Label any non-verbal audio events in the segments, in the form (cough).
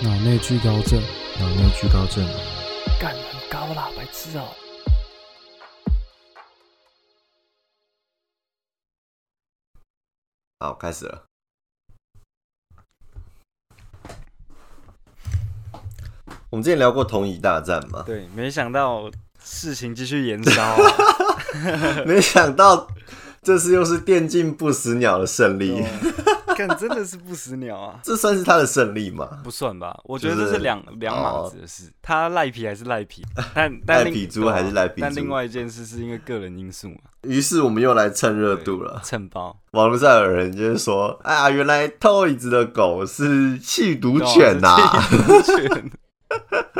脑内聚高症，脑内聚高症，干很高啦，白痴哦、好，开始了。我们之前聊过同椅大战嘛，对，没想到事情继续延烧啊、没想到这次又是电竞不死鸟的胜利，哦 (laughs) 干真的是不死鸟啊！ (laughs) 这算是他的胜利吗？不算吧，我就觉是哦得这是两两码子的事。他赖皮还是赖皮，但但赖另皮猪对啊还是赖皮但猪另外一件事是因为个人因素嘛，于是我们又来蹭热度了。蹭包 (laughs) 网络上有人就是说：“啊，原来偷椅子的狗是弃毒犬呐、啊，气毒犬。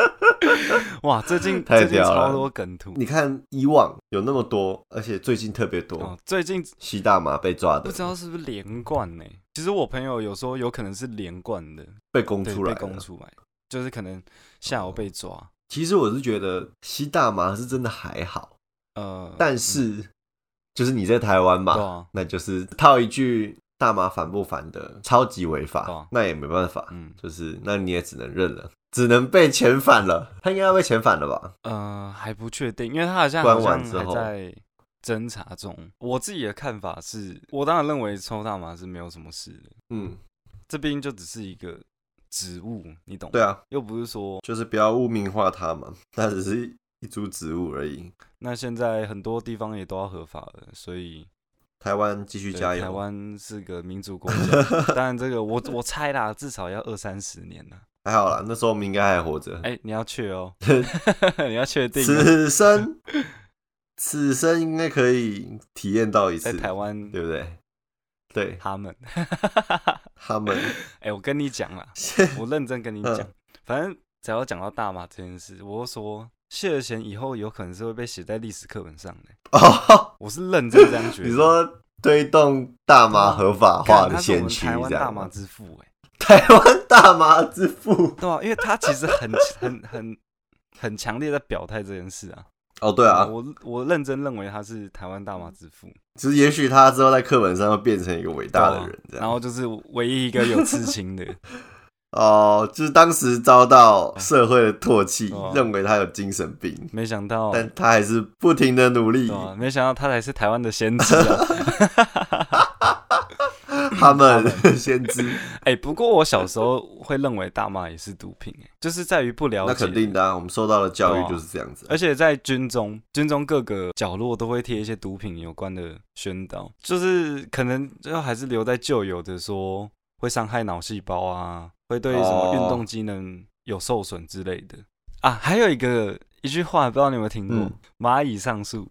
(laughs) 哇，最近太最近屌了超多梗图你看以往有那么多，而且最近特别多哦，最近吸大麻被抓不的知道是不是连贯呢、其实我朋友有说有可能是连贯的，被供对，出来被了供出来，就是可能下午被抓，其实我是觉得吸大麻是真的还好，呃，但是就是你在台湾嘛，对啊那就是套一句大麻反不反的，超级违法，对啊那也没办法，嗯就是那你也只能认了，只能被遣返了。 (laughs) 他应该要被遣返了吧？呃还不确定，因为他好像关好像完之还后在侦查中。我自己的看法是，我当然认为抽大麻是没有什么事的，嗯，这毕竟就只是一个植物，你懂？对，啊，又不是说就是不要污名化它嘛，它只是一株植物而已。那现在很多地方也都要合法了，所以台湾继续对加油，台湾是个民主国 (laughs) 家，当然这个我我猜啦，至少要二三十年了。还好啦，那时候我们应该还活着。哎、你要去 (laughs) 哦，你要确定哦此生，此生应该可以体验到一在次，台湾对不对？对他们。 (laughs) 他们，哎、我跟你讲啦，我认真跟你讲，嗯反正只要讲到大麻这件事，我就说谢和弦以后有可能是会被写在历史课本上的，哦，我是认真这样觉得。 (laughs) 你说推动大麻合法化看的他是我先们驱，台湾这大样麻吗之父、哎，台湾大麻之父。对啊，因为他其实很很很很强烈在表态这件事啊。哦，对啊，我我认真认为他是台湾大麻之父，其实也许他之后在课本上会变成一个伟大的人，这对啊样。然后就是唯一一个有刺青的，哦，就是当时遭到社会的唾弃哦，认为他有精神病，没想到，但他还是不停的努力对。啊，没想到他才是台湾的先知啊。 (laughs) 他们先 (laughs) 知，哎、不过我小时候会认为大麻也是毒品、哎，就是在于不了解，哦那肯定的啊，我们受到的教育就是这样子啊。而且在军中，军中各个角落都会贴一些毒品有关的宣导，就是可能最后还是留在旧有的说会伤害脑细胞啊，会对什么哦运动机能有受损之类的、啊。还有一个一句话，不知道你有没有听过？嗯蚂蚁上树，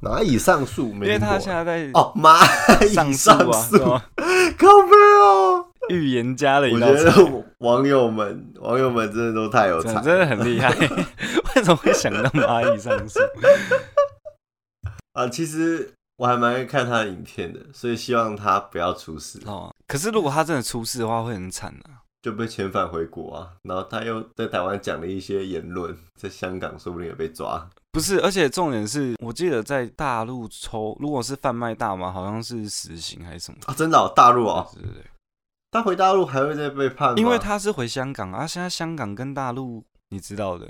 蚂蚁上树因没为听过啊他现在在哦，蚂上蚁树啊，树，对吧靠背哦。预言家的一我道觉菜。得 (laughs) 网友们，网友们真的都太有才真了，真的很厉害， (laughs) 为什么会想到蚂蚁上树？啊！其实我还蛮爱看他的影片的，所以希望他不要出事，哦，可是如果他真的出事的话，会很惨啊。就被遣返回国啊。然后他又在台湾讲了一些言论，在香港说不定也被抓。不是，而且重点是我记得在大陆抽，如果是贩卖大麻，好像是死刑还是什么。啊，真的、哦，大陆哦，对对对，他回大陆还会再被判吗？因为他是回香港啊，现在香港跟大陆你知道的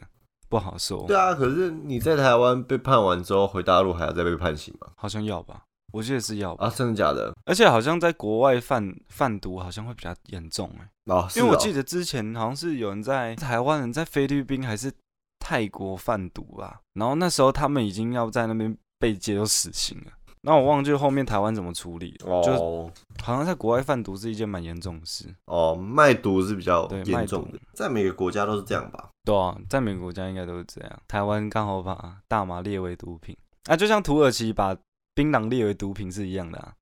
不好说，对啊，可是你在台湾被判完之后回大陆还要再被判刑吗？好像要吧，我记得是要吧，啊，真的假的？而且好像在国外贩贩毒好像会比较严重哎、哦，是因为我哦记得之前好像是有人在台湾人在菲律宾还是泰国贩毒吧，然后那时候他们已经要在那边被接受死刑了。那我忘记后面台湾怎么处理了，就哦好像在国外贩毒是一件蛮严重的事。哦，卖毒是比较对卖毒严重的，在每个国家都是这样吧？对啊，在每个国家应该都是这样。台湾刚好把大麻列为毒品，啊，就像土耳其把槟榔列为毒品是一样的啊。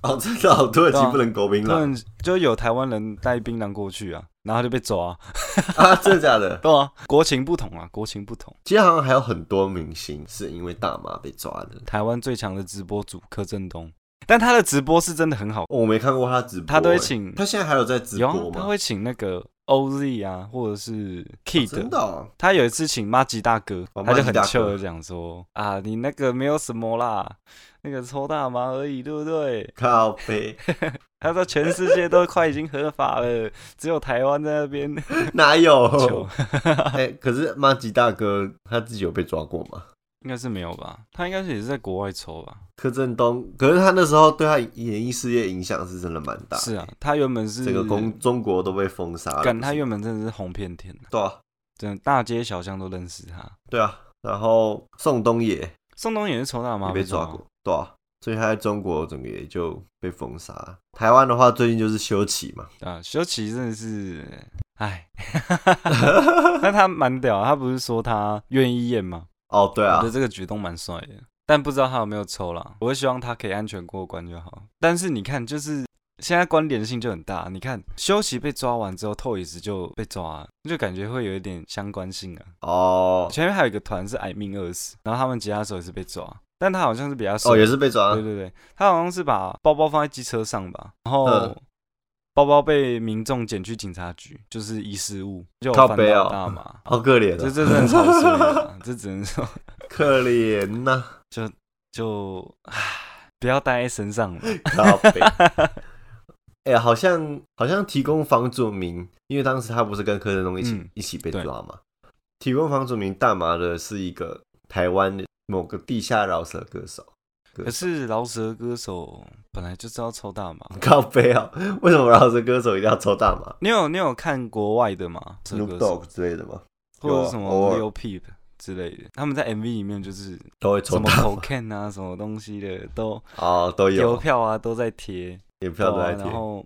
哦，真的、哦，土对耳其啊不能狗槟他榔们就有台湾人带槟榔过去啊，然后就被抓、啊。 (laughs) 啊？真的假的？对啊，国情不同啊，国情不同。其实好像还有很多明星是因为大麻被抓的，台湾最强的直播主柯震东，但他的直播是真的很好看哦我没看过他直播欸、他都会请他现在还有在直有播啊，吗？他会请那个 OZ 啊，或者是 Kid，、真的哦、他有一次请马吉大哥，哦他就马吉很大哥糗的讲说啊，你那个没有什么啦，那个抽大麻而已，对不对？靠背，他说全世界都快已经合法了， (laughs) 只有台湾在那边哪 (laughs) 糗有？，啊哎、可是马吉大哥他自己有被抓过吗？应该是没有吧？他应该是也是在国外抽吧？柯震东，可是他那时候对他演艺事业影响是真的蛮大，是啊，，他原本是整个中中国都被封杀了。干不他是原本真的是红遍天啊，对啊，真的大街小巷都认识他。对啊，然后宋冬野也宋冬野是抽大麻被抓吗过，，对啊，所以他在中国整个也就被封杀。台湾的话，最近就是休息嘛，啊，修齐真的是， (laughs) (laughs) 哎，但他蛮屌，他不是说他愿意验吗？哦，对我啊觉得，这个举动蛮帅的，但不知道他有没有抽啦。我会希望他可以安全过关就好。但是你看，就是现在关联性就很大。你看，休息被抓完之后，透椅子就被抓了，就感觉会有一点相关性啊。哦前面还有一个团是矮命二死，然后他们吉他手也是被抓，但他好像是比较瘦哦，也是被抓对，对对，他好像是把包包放在机车上吧，然后嗯包包被民众捡去警察局，就是遗失物，就有靠翻背到哦大麻。 (laughs) 好可怜、这啊，这真的超衰的啊，这只能说可怜呐、就唉不要带在身上 (laughs) 了。靠 (laughs) 北。哎、好像好像提供房祖名，因为当时他不是跟柯震东一起、嗯一起被对抓嘛。提供房祖名大麻的是一个台湾的某个地下饶舌歌手，可是饶舌歌手本来就是要抽大麻。靠背啊、为什么饶舌歌手一定要抽大麻你有你有看国外的吗？饶舌？Snoop 歌手 Dogg 之类的吗？或者是什有啊偶么尔 Lil Peep 之类的，他们在 MV 里面就是都会什抽么大 cocaine 啊，什么东西的都哦，都邮 (laughs) 有，票啊都在贴。邮票都对啊在贴然。后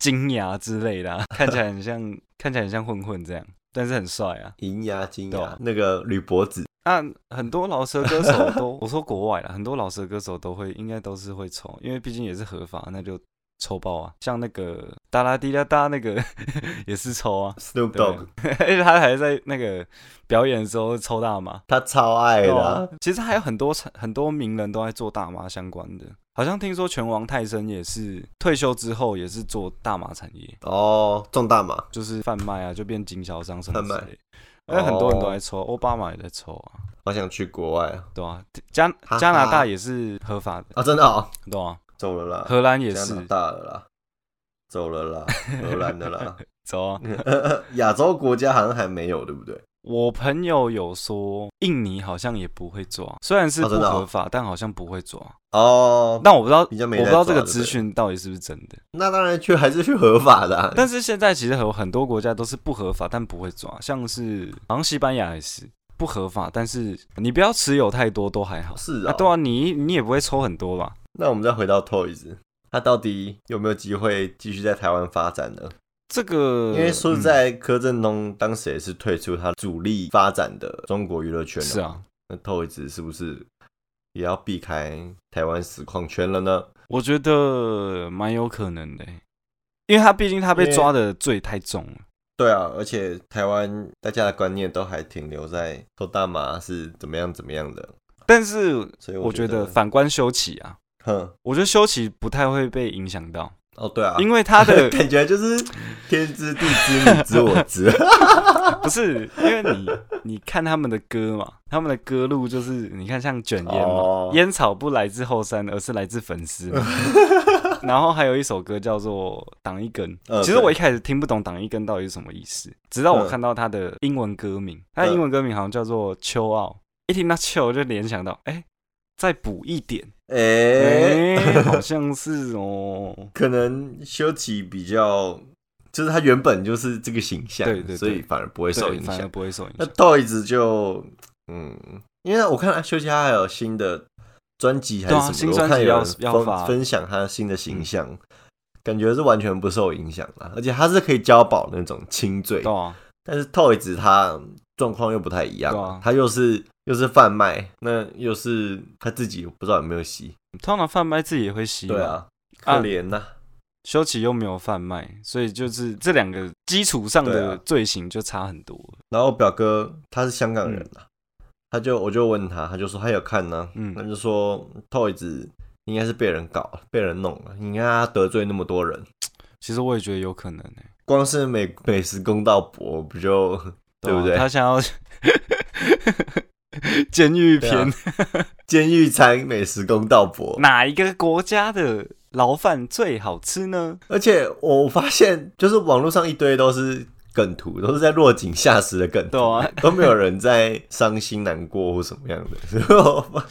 金牙之类的啊、看起来很像， (laughs) 看起来很像混混这样，但是很帅啊。银牙、金对牙啊，那个铝箔纸，那啊很多饶舌歌手都，我说国外啦，很多饶舌歌手都会，应该都是会抽，因为毕竟也是合法，那就抽爆啊。像那个哒啦滴啦哒那个 (laughs) 也是抽啊， Snoop 对 Dogg，而且他还在那个表演的时候抽大麻。他超爱的啊、啊其实还有很多很多名人都在做大麻相关的，好像听说拳王泰森也是退休之后也是做大麻产业。哦，中大麻，就是贩卖啊，就变经销商什么之贩卖类的。因为很多人都哦在抽，奥巴马也在抽啊，好想去国外啊！对啊，加哈加拿大也是合法的，啊真的哦，对啊，走了啦。荷兰也呃加拿是，大了啦，走了啦，荷兰的 (laughs) 啦，走啊。亚洲国家好像还没有，对不对？我朋友有说，印尼好像也不会抓，虽然是哦不真的哦合法，但好像不会抓。哦，那但我不知道，我比较没不在知道这抓个对不资对讯到底是不是真的。那当然去还是去合法的、啊，但是现在其实有很多国家都是不合法，但不会抓，像是好像西班牙也是不合法，但是你不要持有太多都还好。是啊，啊、对啊，你你也不会抽很多吧？那我们再回到 Toys，他到底有没有机会继续在台湾发展呢？这个因为说嗯实在，柯震东当时也是退出他主力发展的中国娱乐圈了，是，啊，那 Toys 是不是也要避开台湾实况圈了呢？我觉得蛮有可能的欸，因为他毕竟他被因为抓的罪太重了。对啊，而且台湾大家的观念都还停留在抽大麻是怎么样怎么样的，但是所以我觉觉得反观修齐啊，哼，我觉得修齐不太会被影响到，哦，对啊， (laughs) 因为他的感觉就是天知地知，你知 (laughs) 我知，不是因为你你看他们的歌嘛，他们的歌路就是你看像卷烟嘛哦，烟草不来自后山，而是来自粉丝 (laughs) 嘛。然后还有一首歌叫做《挡一根》，嗯其实我对一开始听不懂“挡一根”到底是什么意思，直到我嗯看到他的英文歌名，他的英文歌名好像叫做《秋奥》，一听到“秋”就联想到，哎、再补一点，哎、哎、好像是哦，可能修齐比较，就是他原本就是这个形象，对对对所以反而不会受对，影反而响。不会受影那响。 Toys 就，嗯，因为我看他修齐他还有新的专辑还对啊是什么的，新专辑要我看有要人发嗯分分享他新的形象。感觉是完全不受影响啦，而且他是可以交保那种轻罪对，啊，但是 Toys 它状况又不太一样，对啊它又是又是贩卖，那又是他自己不知道有没有吸，通常贩卖自己也会吸嘛，对啊，可啊怜呐、修齐又没有贩卖，所以就是这两个基础上对的啊罪行就差很多了。然后我表哥他是香港人啊，他就我就问他，他就说他有看呢、嗯他就说 Toys 应啊该是被人搞了，被人弄了，你看他得罪那么多人，其实我也觉得有可能、欸，光是美美食公道博不就对不对？哦他想要 (laughs) 监狱对片啊，监狱餐美食公道 (laughs) 博，哪一个国家的牢饭最好吃呢？而且我发现就是网络上一堆都是梗图，都是在落井下石的梗图，对啊都没有人在伤心难过或什么样的。 (laughs) 所以我发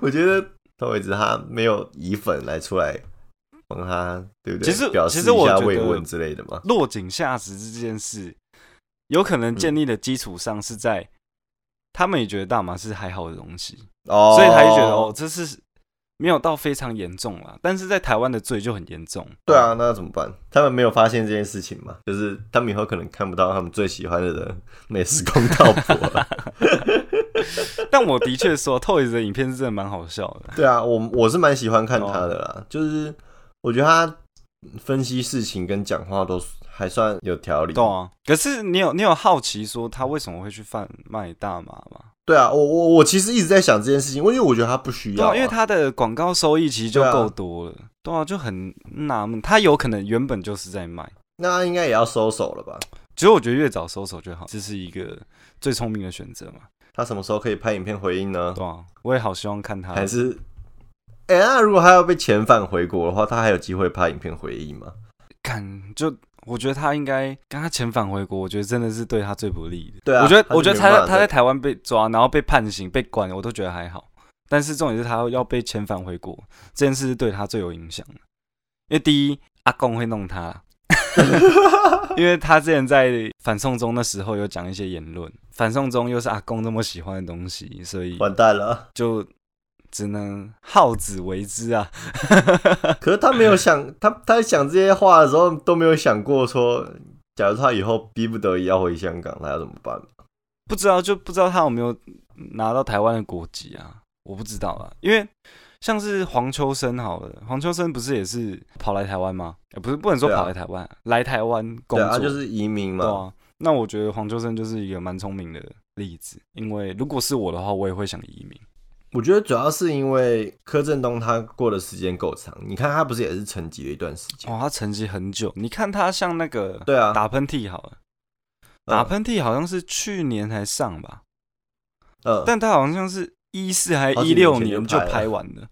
我觉得赵伟子他没有以粉来出来帮他，对不对？其实表示其实我一下觉得慰问之类的嘛。落井下石这件事，有可能建立的基础上是在他们也觉得大麻是还好的东西，哦，所以才会觉得哦，，这是没有到非常严重啦。但是在台湾的罪就很严重，对啊，那要怎么办？他们没有发现这件事情嘛？就是他们以后可能看不到他们最喜欢的人美食公道博 (laughs) 了。但我的确说，Toys 的影片是真的蛮好笑 (laughs) 的。对啊，我我是蛮喜欢看他的哦啦，就是我觉得他分析事情跟讲话都还算有条理。对啊，可是你有你有好奇说他为什么会去贩卖大麻吗？对啊，我我我其实一直在想这件事情，因为我觉得他不需对要、啊，因为他的广告收益其实就对啊够多了，对啊，就很纳闷，他有可能原本就是在卖。那他应该也要收手了吧？其实我觉得越早收手就好，这是一个最聪明的选择嘛，他什么时候可以拍影片回应呢？对啊，我也好希望看他嗯还是？哎、那如果他要被遣返回国的话，他还有机会拍影片回应吗？看，就我觉得他应该跟他遣返回国，我觉得真的是对他最不利的。对啊我觉他得就我觉得没办他法他在再台湾被抓，然后被判刑、被关，我都觉得还好。但是重点是他要被遣返回国这件事是对他最有影响的，因为第一阿公会弄他， (laughs) 因为他之前在反送中的时候有讲一些言论，反送中又是阿公那么喜欢的东西，所以完蛋了！ (laughs) 就只能好自为之啊。可是他没有想，他他在讲这些话的时候都没有想过说，假如他以后逼不得已要回香港，他要怎么办？不知道就不知道他有没有拿到台湾的国籍啊？我不知道啊，因为像是黄秋生好了，黄秋生不是也是跑来台湾吗？呃不是，不能说对啊跑来台湾啊、来台湾工对作，啊，他就是移民对嘛。啊。那我觉得黄秋生就是一个蛮聪明的例子，因为如果是我的话，我也会想移民。我觉得主要是因为柯震东他过的时间够长，你看他不是也是沉寂了一段时间？哦，他沉寂很久，你看他像那个对啊，打喷嚏好了，打喷嚏好像是去年才上吧，嗯，嗯但他好像是一四还好一几六年前年就就拍了拍完的，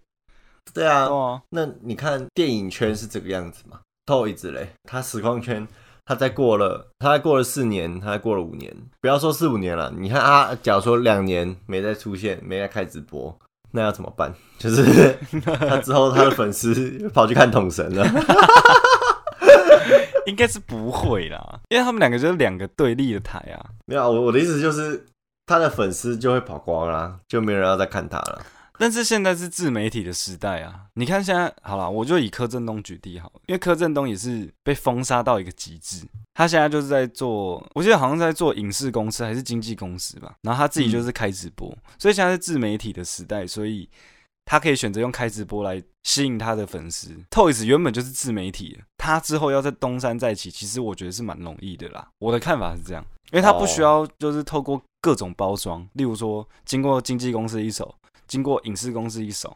对啊，对啊，那你看电影圈是这个样子嘛？Toys 嘞，他实况圈，他在过了，他在过了四年，他在过了五年，不要说四五年了，你看他，假如说两年没再出现，没再开直播，那要怎么办？ (laughs) 就是他之后他的粉丝跑去看桶神了， (laughs) 应该是不会啦，因为他们两个就是两个对立的台啊。没有啊，我我的意思就是他的粉丝就会跑光啦，就没人要再看他了。但是现在是自媒体的时代啊，你看现在好啦，我就以柯震东举例好了，因为柯震东也是被封杀到一个极致，他现在就是在做，我记得好像在做影视公司还是经纪公司吧，然后他自己就是开直播，所以现在是自媒体的时代，所以他可以选择用开直播来吸引他的粉丝。Toys 原本就是自媒体的，他之后要在东山再起，其实我觉得是蛮容易的啦。我的看法是这样，因为他不需要就是透过各种包装，例如说经过经纪公司一手，经过影视公司一手，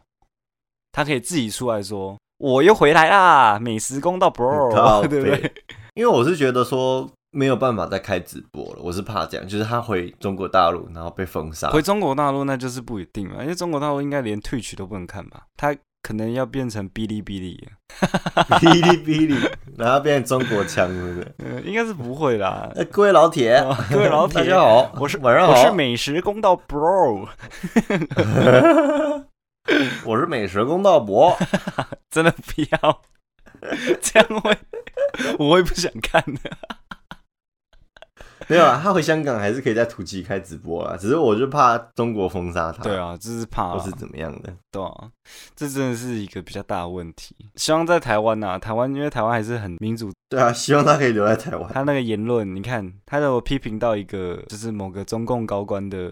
他可以自己出来说。我又回来啦！美食公道 bro，靠哦对不对北？因为我是觉得说没有办法再开直播了，我是怕这样，就是他回中国大陆，然后被封杀，回中国大陆那就是不一定了，因为中国大陆应该连 Twitch 都不能看吧？他可能要变成哔哩哔哩了，哔哩哔哩，然后变成中国腔，对不对？嗯，应该是不会啦。呃，各位老铁， (laughs) 哦 (laughs) 各位老铁大家好，我是晚上好，我是美食公道 bro， (laughs) 我是美食公道博，真的不要 (laughs) 这样会，我会不想看的。没有啊，他回香港还是可以在土鸡开直播啦，只是我就怕中国封杀 (laughs) 他，对，啊，这是怕或啦是怎么样的，对啊，这真的是一个比较大的问题。希望在台湾呐、啊台湾因为台湾还是很民主对啊，希望他可以留在台 (laughs) 湾，他那个言论，你看，他有批评到一个就是某个中共高官的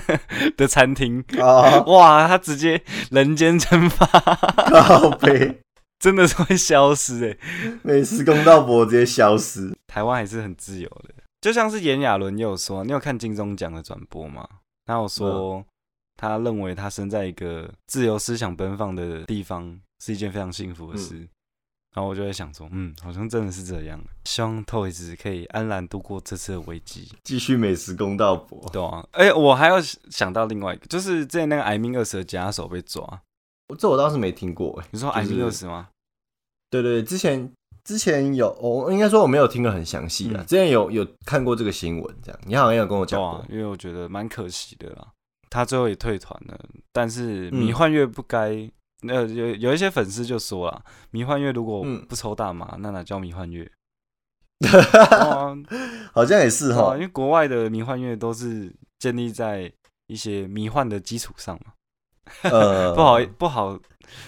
(laughs) 的餐厅，哦， (laughs) 哇，他直接人间蒸发，靠背，真的是会消失哎、美食公道博直接消失，台湾还是很自由的，就像是炎亚纶也有说，你有看金钟奖的转播吗？他有嗯说，他认为嗯他生在一个自由思想奔放的地方是一件非常幸福的事。然后我就会想说，嗯，好像真的是这样。希望 Toys 可以安然度过这次的危机。继续美食公道博。对啊，哎、我还要想到另外一个，就是之前那个艾明二十的假手被抓，这我倒是没听过哎、你说就艾是明二十吗？对对，对之前之前有，我、应该说我没有听得很详细啊。嗯之前有有看过这个新闻，这样你好像有跟我对讲过啊，。因为我觉得蛮可惜的啦。他最后也退团了，但是嗯迷幻乐不该，呃，有有一些粉丝就说了，迷幻乐如果嗯不抽大麻，那哪叫迷 (laughs) 幻乐？对啊，好像也是对啊哈因。为国外的迷幻乐都是建立在一些迷幻的基础上嘛，呃， (laughs) 不好不好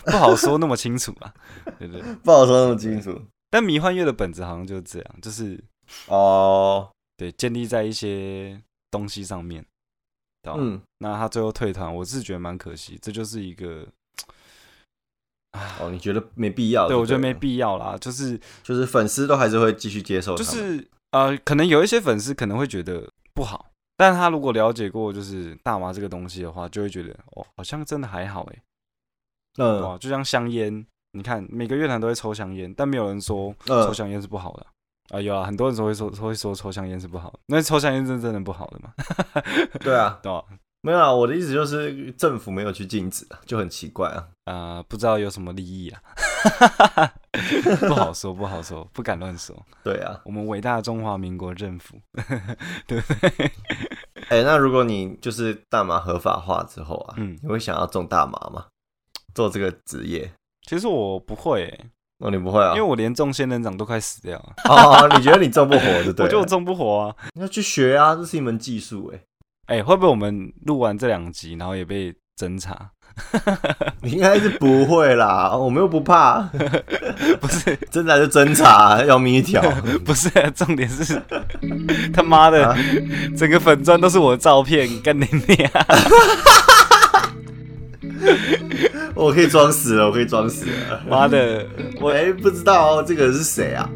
不好说那么清楚啊， (laughs) 对不对？不好说那么清楚但迷幻乐的本质好像就是这样，就是哦。对建立在一些东西上面，对吧、嗯，那他最后退团，我是觉得蛮可惜，这就是一个，哦，你嗯觉得没必要？对我觉得没了必要啦，就是就是粉丝都还是会继续接受他就们，是呃，可能有一些粉丝可能会觉得不好，但他如果了解过就是大麻这个东西的话，就会觉得哦，好像真的还好哎、对嗯吧？就像香烟，你看每个乐团都会抽香烟，但没有人说抽嗯，香烟是不好的啊、啊有啊，很多人都会说会说抽香烟是不好的，那抽香烟是真的不好的嘛？对啊，对吧？没有啊，我的意思就是政府没有去禁止，就很奇怪啊。呃，不知道有什么利益啊， (laughs) 不好说，不好说，不敢乱说。对啊，我们伟大的中华民国政府，哎、那如果你就是大麻合法化之后啊，嗯你会想要种大麻吗？做这个职业？其实我不会、欸，哦，你不会啊？因为我连种仙人掌都快死掉了，哦，你觉得你种不活就对我 (laughs) 觉得我了，种不活啊。你要去学啊，这是一门技术哎、哎、会不会我们录完这两集，然后也被侦查？ (laughs) 你应该是不会啦，我们又不怕， (laughs) 不是，侦查就侦查，要命一条。 (laughs) 不是、啊重点是他妈的，啊整个粉砖都是我的照片，干你娘！我可以装 (laughs) 死了，我可以装死了。妈的，我哎、不知道这个人是谁啊？